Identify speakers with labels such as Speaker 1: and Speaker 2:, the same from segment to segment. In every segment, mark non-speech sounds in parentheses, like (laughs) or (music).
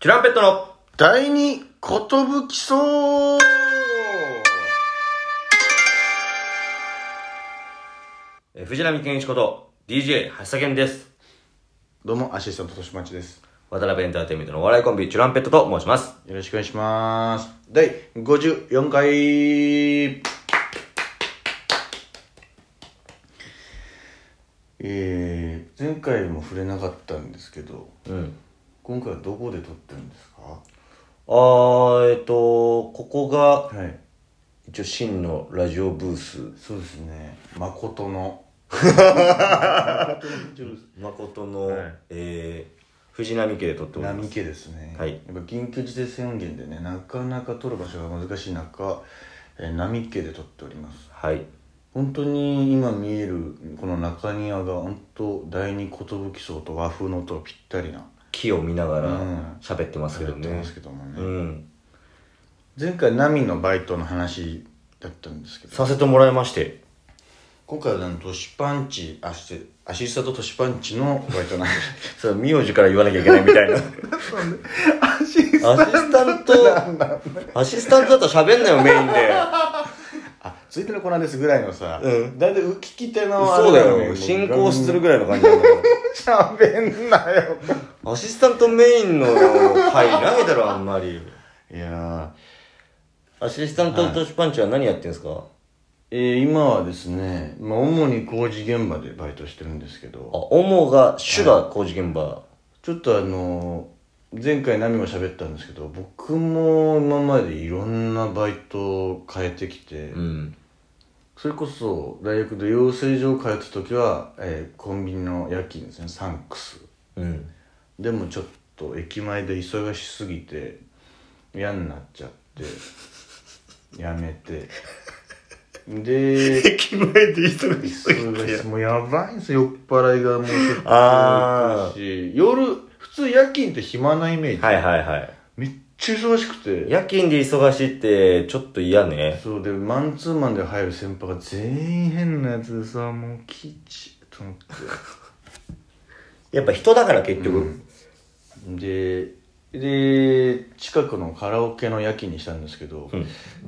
Speaker 1: チュランペットの
Speaker 2: 第二ことぶきそう
Speaker 1: えー藤波健一こと DJ 橋田健です
Speaker 2: どうもアシスタントとしまちです
Speaker 1: 渡辺エンターテインメントのお笑いコンビチュランペットと申します
Speaker 2: よろしくお願いします第54回えー、前回も触れなかったんですけど
Speaker 1: うん
Speaker 2: 今回はどこで撮ってるんですか
Speaker 1: あーえっとここが
Speaker 2: はい
Speaker 1: 一応真のラジオブース
Speaker 2: そうです (laughs) ね誠の
Speaker 1: 誠の、
Speaker 2: はい
Speaker 1: えー藤波家で撮っておりま
Speaker 2: 波
Speaker 1: す
Speaker 2: 家ですね、
Speaker 1: はい
Speaker 2: やっぱ緊急事態宣言でねなかなか撮る場所が難しい中、えー波家で撮っております
Speaker 1: はい
Speaker 2: 本当に今見えるこの中庭が本当第二寿荘と和風の音がぴったりな
Speaker 1: 木を見なが
Speaker 2: う
Speaker 1: ら
Speaker 2: ん
Speaker 1: 喋ってますけど
Speaker 2: やって
Speaker 1: ね
Speaker 2: ますけどもね、
Speaker 1: うん
Speaker 2: 前回波のバイトの話だったんですけど
Speaker 1: させてもらいまして
Speaker 2: 今回はあの都市パンチアシアシスタント都市パンチのバイトの
Speaker 1: (laughs)
Speaker 2: 話
Speaker 1: それ名字から言わなきゃいけないみた
Speaker 2: (laughs)
Speaker 1: いな
Speaker 2: アシス
Speaker 1: アシスタントアシスタントだったら喋んなよメインで
Speaker 2: あついてのコーナーですぐらいのさ、
Speaker 1: うん
Speaker 2: だいたい聞き手の
Speaker 1: そうだ
Speaker 2: あれ
Speaker 1: よ進行するぐらいの感じなんだか
Speaker 2: 喋んなよ
Speaker 1: らアシスタントメインの回ないだろあんまり
Speaker 2: いや
Speaker 1: アシスタントトシパンチは何やってんですか、
Speaker 2: ー、えー今はですね、まあ、主に工事現場でバイトしてるんですけ
Speaker 1: あ
Speaker 2: ど
Speaker 1: 主が主が工事現場、
Speaker 2: ちょっとあのー前回ナミも喋ったんですけど僕も今までいろんなバイトを変えてきて、
Speaker 1: うん
Speaker 2: それこそ大学で養成所を変えた時は、えーコンビニの夜勤ですねサンクス
Speaker 1: うん
Speaker 2: でもちょっと駅前で忙しすぎて嫌になっちゃってやめてで
Speaker 1: 駅前で忙
Speaker 2: (laughs) もうやばいんですよ酔っ払いがもうちょっと
Speaker 1: あー
Speaker 2: 多いし夜普通夜勤って暇なイメージ、
Speaker 1: はいはいはい
Speaker 2: めっちゃ忙しくて
Speaker 1: 夜勤で忙しいってちょっと嫌ね
Speaker 2: そうでマンツーマンで入る先輩が全員変なやつでさもうきちっと思っ
Speaker 1: やっぱ人だから結局、 (laughs)
Speaker 2: てでで近くのカラオケの夜勤にしたんですけど、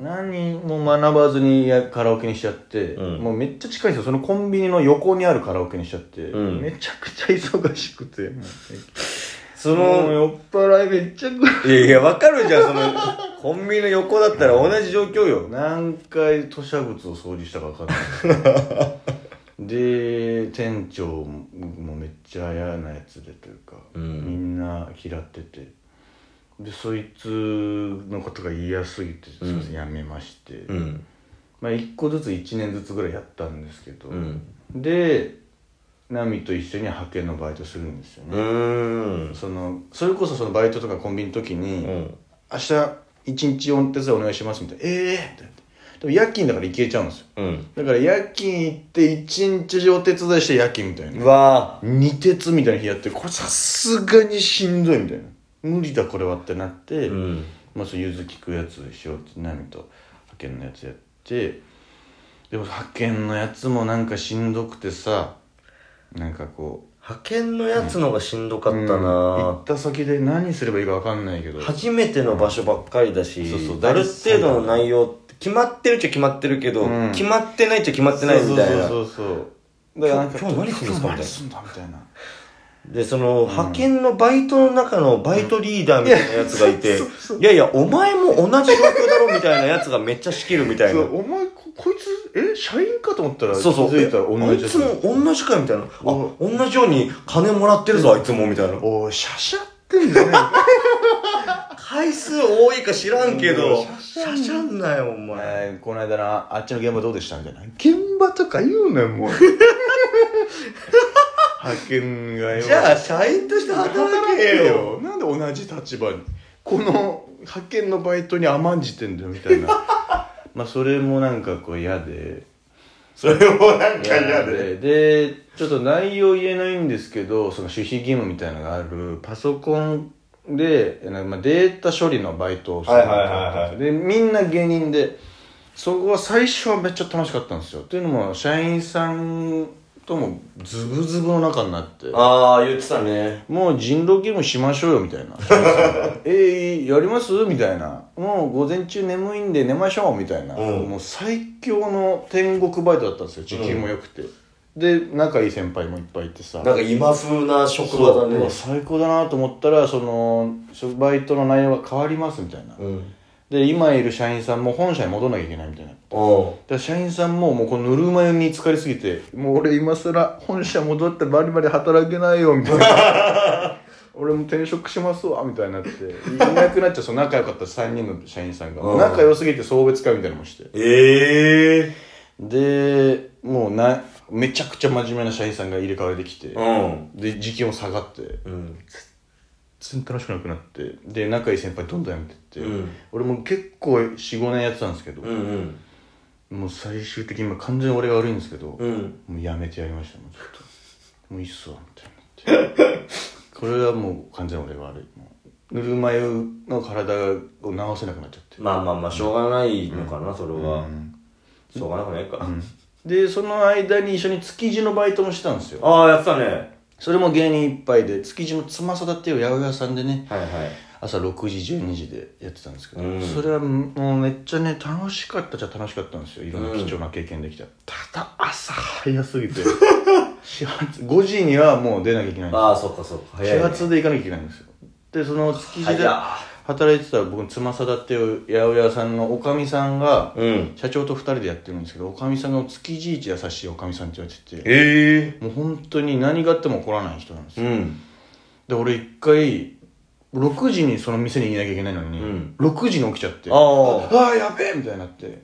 Speaker 2: 何も学ばずにやカラオケにしちゃって、
Speaker 1: うん
Speaker 2: もうめっちゃ近いんですよそのコンビニの横にあるカラオケにしちゃって、
Speaker 1: うん
Speaker 2: めちゃくちゃ忙しくてもう
Speaker 1: そ
Speaker 2: もう
Speaker 1: の
Speaker 2: 酔っ払いめっちゃ来る
Speaker 1: いやいやわかるじゃんそのコンビニの横だったら同じ状況よ
Speaker 2: 何回吐砂物を掃除したか分かんないで店長もめっちゃ嫌なやつでというか、
Speaker 1: うん
Speaker 2: みんな嫌っててでそいつのことが嫌すぎて、
Speaker 1: うん
Speaker 2: やめまして、
Speaker 1: うん
Speaker 2: まあ1個ずつ1年ずつぐらいやったんですけど、
Speaker 1: うん
Speaker 2: でナミと一緒に派遣のバイトするんですよ
Speaker 1: う
Speaker 2: ね、
Speaker 1: ーん
Speaker 2: そのそれこそそのバイトとかコンビニの時に、
Speaker 1: うん
Speaker 2: 明日一日お手伝いお願いしますみたいな「ええー!」みたいなでも夜勤だから行けちゃうんですよ
Speaker 1: うん
Speaker 2: だから夜勤行って一日中お手伝いして夜勤みたいうな
Speaker 1: わ
Speaker 2: 二鉄みたいな日やってこれさすがにしんどいみたいな無理だこれはってなって、
Speaker 1: ーん
Speaker 2: まずゆずきくやつしようってナミと派遣のやつやってでも派遣のやつもなんかしんどくてさなんかこう
Speaker 1: 派遣のやつのがしんどか
Speaker 2: あ
Speaker 1: った
Speaker 2: 行っ
Speaker 1: な、
Speaker 2: た先で何すればいいか分かんないけど
Speaker 1: 初めての場所ばっかりだし、
Speaker 2: そうそう
Speaker 1: ある程度の内容って決まってるっちゃ決まってるけど、
Speaker 2: うん
Speaker 1: 決まってないっちゃ決まってないみたいな
Speaker 2: そうそうそうそうだからなんか
Speaker 1: 今日今日何するんですか
Speaker 2: 今日何すんだみたいな
Speaker 1: でその、派遣のバイトの中のバイトリーダーみたいなやつがいて、いやいやお前も同じ状況だろみたいなやつがめっちゃ仕切るみたいな
Speaker 2: そうお前ここいつえ社員かと思ったら
Speaker 1: そうそう
Speaker 2: 気づいたら同じ
Speaker 1: えあ
Speaker 2: や
Speaker 1: いつも同じかよみたいなあ
Speaker 2: お
Speaker 1: 同じように金もらってるぞあいつもみたいな
Speaker 2: おいしゃしゃってんじゃ (laughs) ね
Speaker 1: 回数多いか知らんけ
Speaker 2: う
Speaker 1: ど
Speaker 2: ん
Speaker 1: しゃしゃんなよお
Speaker 2: えか、
Speaker 1: 前
Speaker 2: えーこの間のあっちの現場どうでしたみたいな現場とか言うなよ (laughs) もう派遣がよ
Speaker 1: じゃあ社員として働けよ
Speaker 2: なんで同じ立場にこの派遣のバイトに甘んじてんだよみたいな (laughs) まあそれもなんかこう嫌で
Speaker 1: (laughs) それもなん
Speaker 2: ででちょっと内容言えないんですけどその守秘義務みたいなのがあるパソコンでなんかまあデータ処理のバイトをしてたんですよ、
Speaker 1: はいはいはいは
Speaker 2: でみんな芸人でそこは最初はめっちゃ楽しかったんですよというのも社員さんともうズブズブの中になって
Speaker 1: ああ、言ってたね。
Speaker 2: もう人狼ゲームしましょうよみたい
Speaker 1: (laughs)
Speaker 2: なえー、やりますみたいなもう午前中眠いんで寝ましょうみたいな、
Speaker 1: うん
Speaker 2: もう最強の天国バイトだったんですよ時給も良くて、で仲いい先輩もいっぱいいてさ
Speaker 1: なんか今風な職
Speaker 2: そう
Speaker 1: 場だ
Speaker 2: う
Speaker 1: ね
Speaker 2: わ。最高だなと思ったらそのバイトの内容が変わりますみたいな、
Speaker 1: うん。
Speaker 2: で今いる社員さんも本社に戻んなきゃいけないみたいな
Speaker 1: おう
Speaker 2: だから社員さんももうこのぬるま湯に浸かりすぎてもう俺今更本社戻ってバリバリ働けないよみたいな (laughs) 俺も転職しますわみたいになっていなくなっちゃうその仲良かった3人の社員さんが
Speaker 1: うん
Speaker 2: 仲良すぎて送別会みたいなのもして
Speaker 1: ええ
Speaker 2: でもうなめちゃくちゃ真面目な社員さんが入れ替わりできて
Speaker 1: うん。
Speaker 2: で時給も下がって
Speaker 1: うん。
Speaker 2: 全然楽しくなくなってで仲いい先輩どんどんやめてって、
Speaker 1: うん
Speaker 2: 俺も結構45年やってたんですけど、
Speaker 1: うんうん。
Speaker 2: もう最終的に今完全に俺が悪いんですけど、
Speaker 1: うん。
Speaker 2: もうやめてやりましたもうちょっともういいっすわみたいになってこれはもう完全に俺が悪いもうぬるま湯の体を直せなくなっちゃって、
Speaker 1: まあまあまあ、しょうがないのかな、それは。しょうがなくないか。
Speaker 2: でその間に一緒に築地のバイトもしてたんですよ
Speaker 1: ああ、やってたね。
Speaker 2: それも芸人いっぱいで築地のつまさだっていう八百屋さんでね
Speaker 1: はいはい。
Speaker 2: 朝6時12時でやってたんですけど、
Speaker 1: うん
Speaker 2: それはもうめっちゃね楽しかったじゃ楽しかったんですよいろんな貴重な経験できた、ただ朝早す (laughs) ぎて (laughs) 始発5時にはもう出なきゃいけないんですよ
Speaker 1: ああ、そっかそっか。早い、
Speaker 2: 始
Speaker 1: ね。
Speaker 2: 発で行かなきゃいけないんですよでその築地で
Speaker 1: 早っ
Speaker 2: 働いてた僕のつまさだっていう八百屋さんのおかみさんが
Speaker 1: うん。
Speaker 2: 社長と2人でやってるんですけどおかみさんが築地一優しいおかみさんって言われてて
Speaker 1: ええ
Speaker 2: もう本当に何があっても怒らない人なんですよ
Speaker 1: うん。
Speaker 2: で俺一回6時にその店に行かなきゃいけないのに、
Speaker 1: うん
Speaker 2: 6時に起きちゃって
Speaker 1: ああ。
Speaker 2: ああやべえみたいになって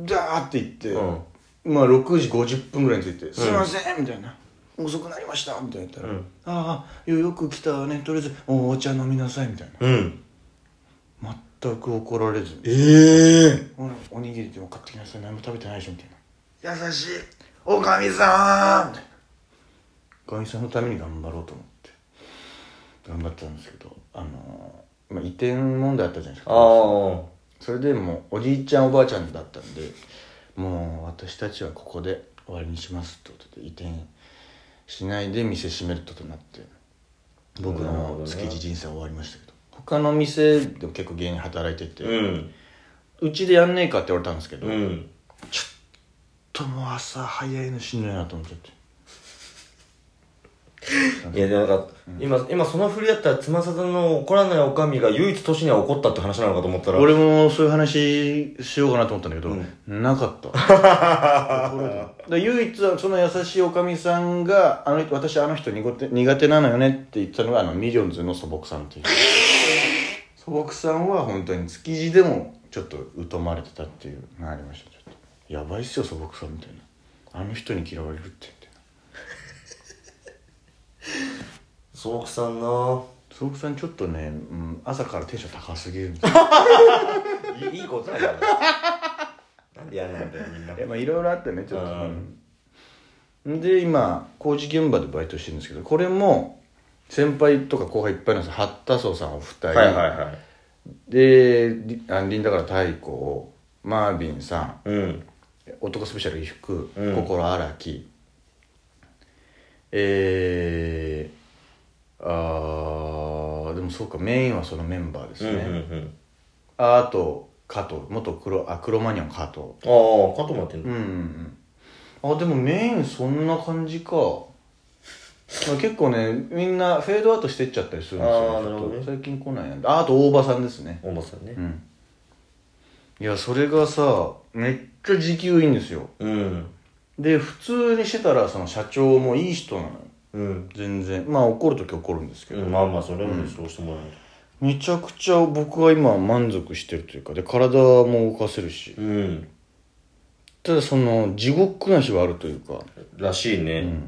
Speaker 2: ダーって行って、まあ6時50分ぐらいに着いて「すいません」みたいな「遅くなりました」みたいな言ったら
Speaker 1: う
Speaker 2: 「
Speaker 1: ん
Speaker 2: ああよよく来たねとりあえずおお茶飲みなさい」みたい
Speaker 1: うん。
Speaker 2: な全く怒られずに
Speaker 1: ええ
Speaker 2: ほらおにぎりでも買ってきなさい何も食べてないでしょ」みたいな「優しいおかみさん」おかみさんのために頑張ろうと思って頑張ってたんですけどあのーまあ、移転問題あったじゃないですか
Speaker 1: ああ。
Speaker 2: それでもうおじいちゃんおばあちゃんだったんでもう私たちはここで終わりにしますってことで移転しないで店閉めるってことになって僕
Speaker 1: なるほど
Speaker 2: の
Speaker 1: ね
Speaker 2: 築地人生は終わりましたけど他の店でも結構芸人働いてて、
Speaker 1: うん。
Speaker 2: うちでやんねえかって言われたんですけど、
Speaker 1: うん。
Speaker 2: ともう朝早いのしんどいなと思っちゃって
Speaker 1: いや、でもなんか、今、今その振りだったら、つまさの怒らないおかみが唯一年には怒ったって話なのかと思ったら。
Speaker 2: 俺もそういう話しようかなと思ったんだけど、なかった (laughs) 怒られたで唯一その優しいおかみさんが「あの人私あの人苦手苦手なのよね」って言ってたのがあのミリオンズの素朴さんって (laughs) いう素朴さんは本当に築地でもちょっと疎まれてたっていうのがありましたちょっとやばいっすよ素朴さんみたいなあの人に嫌われるってみたいな
Speaker 1: そう奥さんな
Speaker 2: 素朴さんちょっとね、うん、朝からテンション高すぎるみたいな
Speaker 1: いいいことだよ (laughs) なんでやるんだよみんない
Speaker 2: やまあいろいろあってねちょっと、
Speaker 1: うん
Speaker 2: で今工事現場でバイトしてるんですけどこれも先輩とか後輩いっぱいなんですよ八田荘さんお二人、
Speaker 1: はいはいはい
Speaker 2: でリあリンダから太鼓マービンさん
Speaker 1: うん
Speaker 2: 男スペシャル衣服、
Speaker 1: うん
Speaker 2: 心荒木えー、あーでもそうかメインはそのメンバーです
Speaker 1: うん
Speaker 2: ね、
Speaker 1: うんうん
Speaker 2: ああと加藤元黒あ黒マニアの加藤
Speaker 1: ああ加藤もやってん
Speaker 2: う
Speaker 1: の
Speaker 2: んうんうんあでもメインそんな感じかまあ結構ねみんなフェードアウトしてっちゃったりするんですよ
Speaker 1: あーなるほどね
Speaker 2: ちょっと最近来ないやんああと大場さんですね
Speaker 1: 大場さんね
Speaker 2: うんいやそれがさめっちゃ時給いいんですよ
Speaker 1: うん
Speaker 2: で普通にしてたらその社長もいい人なのよ
Speaker 1: うん
Speaker 2: 全然まあ怒る時怒るんですけど、
Speaker 1: うんまあまあそれはねそうしてもらえない
Speaker 2: めちゃくちゃ僕は今満足してるというかで体も動かせるし
Speaker 1: うん
Speaker 2: ただその地獄なしはあるというから
Speaker 1: しいね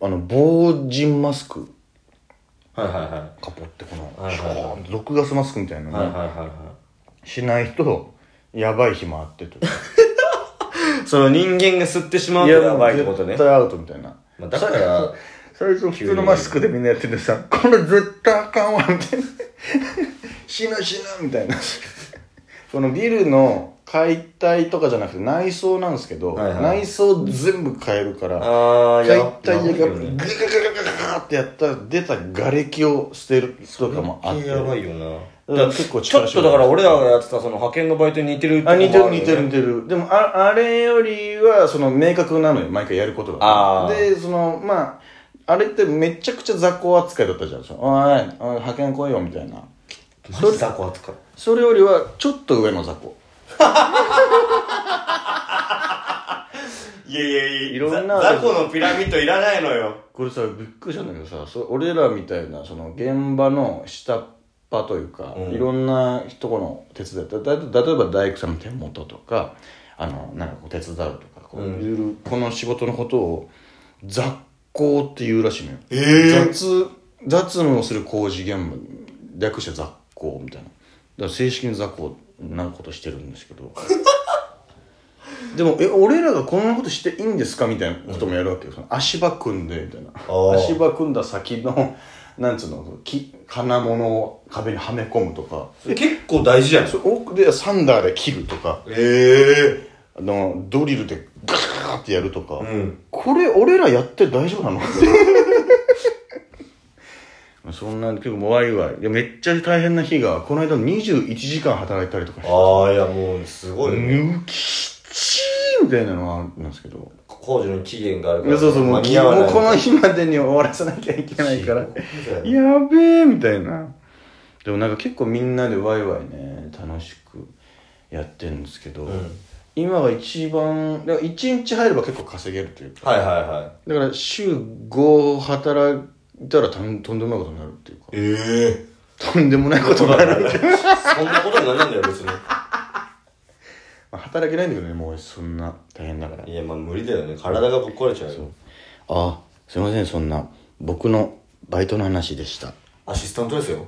Speaker 2: あの防塵マスク
Speaker 1: はいはいは
Speaker 2: カポってこの、
Speaker 1: はいはいはい
Speaker 2: シュコーンって毒ガスマスクみたいなの
Speaker 1: い
Speaker 2: ね、
Speaker 1: はいはいはいは
Speaker 2: しないとやばい日もあってと
Speaker 1: いその人間が吸ってしまう
Speaker 2: い
Speaker 1: と
Speaker 2: や
Speaker 1: やばいってことね
Speaker 2: 絶対アウトみたいな、
Speaker 1: まあだから
Speaker 2: 最初普通のマスクでみんなやっててさこれ絶対あ (laughs) かんわみたいな死ぬ死ぬみたいなそのビルの解体とかじゃなくて内装なんですけど、
Speaker 1: はいはい
Speaker 2: 内装全部変えるから
Speaker 1: ああ
Speaker 2: 解体屋が
Speaker 1: よ
Speaker 2: グガガガ
Speaker 1: ね
Speaker 2: ガガってやったら出た瓦礫を捨てるとかもあって
Speaker 1: やばいよな
Speaker 2: うん
Speaker 1: だから
Speaker 2: 結構
Speaker 1: ちょ
Speaker 2: 力
Speaker 1: っとだから俺らがやってたその派遣のバイトに似てる
Speaker 2: あ似てる似てる似
Speaker 1: る
Speaker 2: てるでもああれよりはその明確なのよ毎回やることが
Speaker 1: あー
Speaker 2: でそのまああれってめちゃくちゃ雑魚扱いだったじゃんそのおいおい派遣来いよみたいな
Speaker 1: マジ雑魚扱い
Speaker 2: それよりはちょっと上の雑魚
Speaker 1: いやいやいや
Speaker 2: いろんな
Speaker 1: 雑魚のピラミッドいらないのよ
Speaker 2: これさびっくりしたんだけどさそ俺らみたいなその現場の下っ端というか、
Speaker 1: うん
Speaker 2: いろんな人の手伝いだだ例えば大工さんの手元とかあのなんかこう手伝うとかこう、
Speaker 1: うん
Speaker 2: いろいろこの仕事のことを雑工っていうらしいのよ、
Speaker 1: えー
Speaker 2: 雑雑務をする工事現場略して雑工みたいなだから正式に雑工なことしてるんですけどでもえ俺らがこんなことしていいんですかみたいなこともやるわけよ、その足場組んでみたいな
Speaker 1: ー
Speaker 2: 足場組んだ先の (laughs) なんつうの木金物を壁にはめ込むとか
Speaker 1: 結構大事じゃない
Speaker 2: それ奥でサンダーで切るとか
Speaker 1: ええ
Speaker 2: あのドリルでガーガーってやるとか、
Speaker 1: うん
Speaker 2: これ俺らやって大丈夫な
Speaker 1: (laughs)
Speaker 2: のそんな結構ワイワイいやめっちゃ大変な日がこの間21時間働いたりとかして
Speaker 1: ああいやもうすごいね
Speaker 2: ぬきちーみたいなのはあるんですけけど
Speaker 1: 工事の期限があるから
Speaker 2: そうそうも
Speaker 1: 間
Speaker 2: う
Speaker 1: に合わ
Speaker 2: も
Speaker 1: な
Speaker 2: う
Speaker 1: い
Speaker 2: この日までに終わらせなきゃいけない (laughs) からやべえみたいなでもなんか結構みんなでワイワイね楽しくやってるんですけど、
Speaker 1: うん
Speaker 2: 今が一番だから1日入れば結構稼げるというか
Speaker 1: はいはいはい
Speaker 2: だから週5働いたらとんとんでもないことになるっていうか
Speaker 1: ええ
Speaker 2: とんでもないことにな (laughs) る、
Speaker 1: そんなことにならないんだよ別に
Speaker 2: まあ、働けないんだけどねもうそんな大変だから
Speaker 1: いやまあ無理だよね体がぶっ壊れちゃうよ
Speaker 2: あすいませんそんな僕のバイトの話でした
Speaker 1: アシスタントですよ